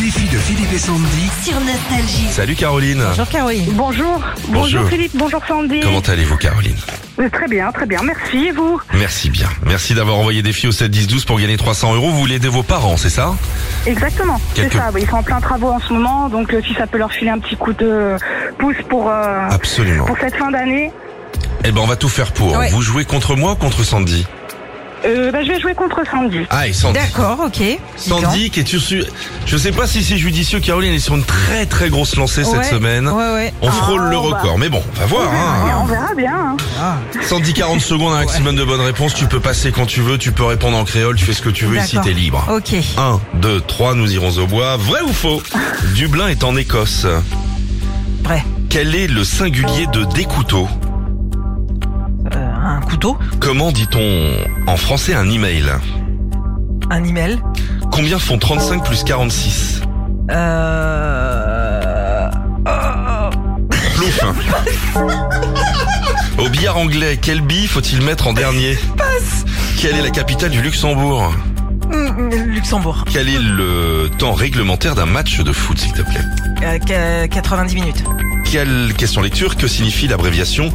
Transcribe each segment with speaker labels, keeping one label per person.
Speaker 1: défi de Philippe et Sandy.
Speaker 2: sur Nostalgie.
Speaker 1: Salut Caroline.
Speaker 3: Bonjour Caroline.
Speaker 4: Bonjour.
Speaker 1: Bonjour.
Speaker 4: Philippe, bonjour Sandy.
Speaker 1: Comment allez-vous Caroline
Speaker 4: Euh, Très bien, très bien. Merci et vous
Speaker 1: Merci bien. Merci d'avoir envoyé des filles au 7 10 12 pour gagner 300 euros. Vous voulez aider vos parents, c'est ça
Speaker 4: Exactement. C'est
Speaker 1: Quelques-
Speaker 4: ça, oui, ils sont en plein travaux en ce moment, donc euh, si ça peut leur filer un petit coup de pouce pour, euh,
Speaker 1: Absolument.
Speaker 4: pour cette fin d'année.
Speaker 1: Eh ben on va tout faire pour.
Speaker 3: Ouais.
Speaker 1: Vous jouez contre moi ou contre Sandy
Speaker 4: Euh, bah, je vais jouer contre Sandy.
Speaker 1: Ah et Sandy.
Speaker 3: D'accord, ok.
Speaker 1: Sandy qui est sur... Je sais pas si c'est judicieux Caroline est sur une très très grosse lancée
Speaker 3: Ouais,
Speaker 1: cette semaine.
Speaker 3: Ouais, bah. ouais.
Speaker 1: On frôle
Speaker 4: Ah,
Speaker 1: le
Speaker 4: on va-
Speaker 1: record, mais bon, on va voir. hein.
Speaker 4: On verra bien. hein.
Speaker 3: Ah.
Speaker 1: 140 secondes, un maximum de bonnes réponses. Tu peux passer quand tu veux, tu peux répondre en créole, tu fais ce que tu veux ici,
Speaker 3: D'accord.
Speaker 1: t'es libre.
Speaker 3: Ok.
Speaker 1: 1, 2, 3, nous irons au bois. Vrai ou faux Dublin est en Écosse.
Speaker 3: Prêt.
Speaker 1: Quel est le singulier de des couteaux
Speaker 3: Euh, un couteau,
Speaker 1: Comment dit-on en français un email
Speaker 3: un email.
Speaker 1: Combien font 35 plus 46
Speaker 3: Euh... euh,
Speaker 1: Plouf Au billard anglais, quel bille faut-il mettre en dernier Quelle est la capitale du Luxembourg
Speaker 3: hum, hum, Luxembourg.
Speaker 1: Quel est le temps réglementaire d'un match de foot, s'il te plaît
Speaker 3: Euh, qu- 90 minutes.
Speaker 1: Quelle question lecture Que signifie l'abréviation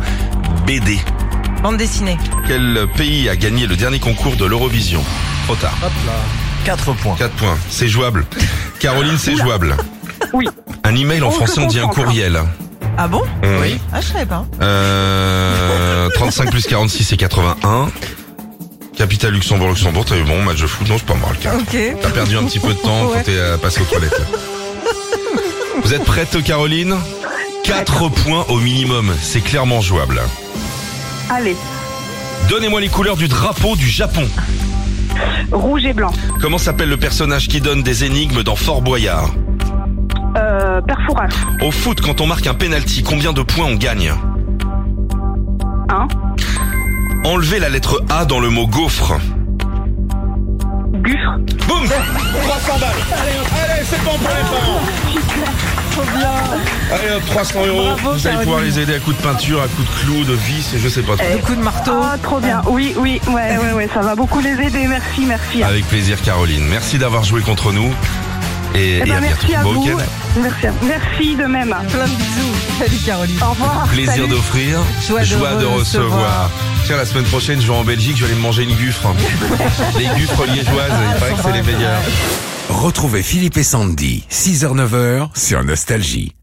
Speaker 1: BD
Speaker 3: Bande dessinée.
Speaker 1: Quel pays a gagné le dernier concours de l'Eurovision Trop tard.
Speaker 5: 4 points.
Speaker 1: 4 points. C'est jouable. Caroline, c'est jouable.
Speaker 4: Oui.
Speaker 1: Un email en
Speaker 4: On se
Speaker 1: français, on dit un
Speaker 4: concentre.
Speaker 1: courriel.
Speaker 3: Ah bon
Speaker 1: Oui.
Speaker 3: Ah, je savais pas.
Speaker 1: Euh, 35 plus 46, c'est 81. Capitale Luxembourg, Luxembourg, t'as eu bon match de foot. Non, c'est pas mal, Car.
Speaker 3: Ok.
Speaker 1: T'as perdu un petit peu de temps quand
Speaker 3: Ouais.
Speaker 1: t'es euh, passé aux toilettes. Vous êtes prête, Caroline 4 points au minimum. C'est clairement jouable.
Speaker 4: Allez,
Speaker 1: Donnez-moi les couleurs du drapeau du Japon.
Speaker 4: rouge et blanc.
Speaker 1: Comment s'appelle le personnage qui donne des énigmes dans Fort Boyard
Speaker 4: Euh, Perfouras.
Speaker 1: Au foot, quand on marque un penalty, combien de points on gagne
Speaker 4: 1.
Speaker 1: Enlevez la lettre A dans le mot gaufre.
Speaker 4: Gufre.
Speaker 1: Boum 300 balles Allez, allez c'est bon pour les parents Allez hop, 300 euros,
Speaker 3: Bravo,
Speaker 1: vous allez pouvoir les aider à coups de peinture, à coups de clous, de vis, je sais pas trop.
Speaker 3: Le coup de marteau.
Speaker 4: Ah, trop bien. Oui, oui, ouais, ouais, ouais, ça va beaucoup les aider. Merci, merci.
Speaker 1: Avec plaisir Caroline, merci d'avoir joué contre nous. Et, et
Speaker 4: Eh ben,
Speaker 1: à bientôt.
Speaker 4: merci à
Speaker 1: Bon
Speaker 4: vous.
Speaker 1: week-end.
Speaker 4: Merci, à- merci de même.
Speaker 3: Plein de bisous. Salut Caroline.
Speaker 4: Au revoir.
Speaker 1: Plaisir
Speaker 4: Salut.
Speaker 1: d'offrir,
Speaker 3: Ah, Joie de
Speaker 1: recevoir.
Speaker 3: recevoir.
Speaker 1: Tiens, la semaine prochaine, je vais en Belgique, je vais aller me manger une gouffre. les gouffres liégeoises, il paraît que c'est les meilleurs.
Speaker 5: Retrouvez Philippe et Sandy, 6h-9h, sur Nostalgie.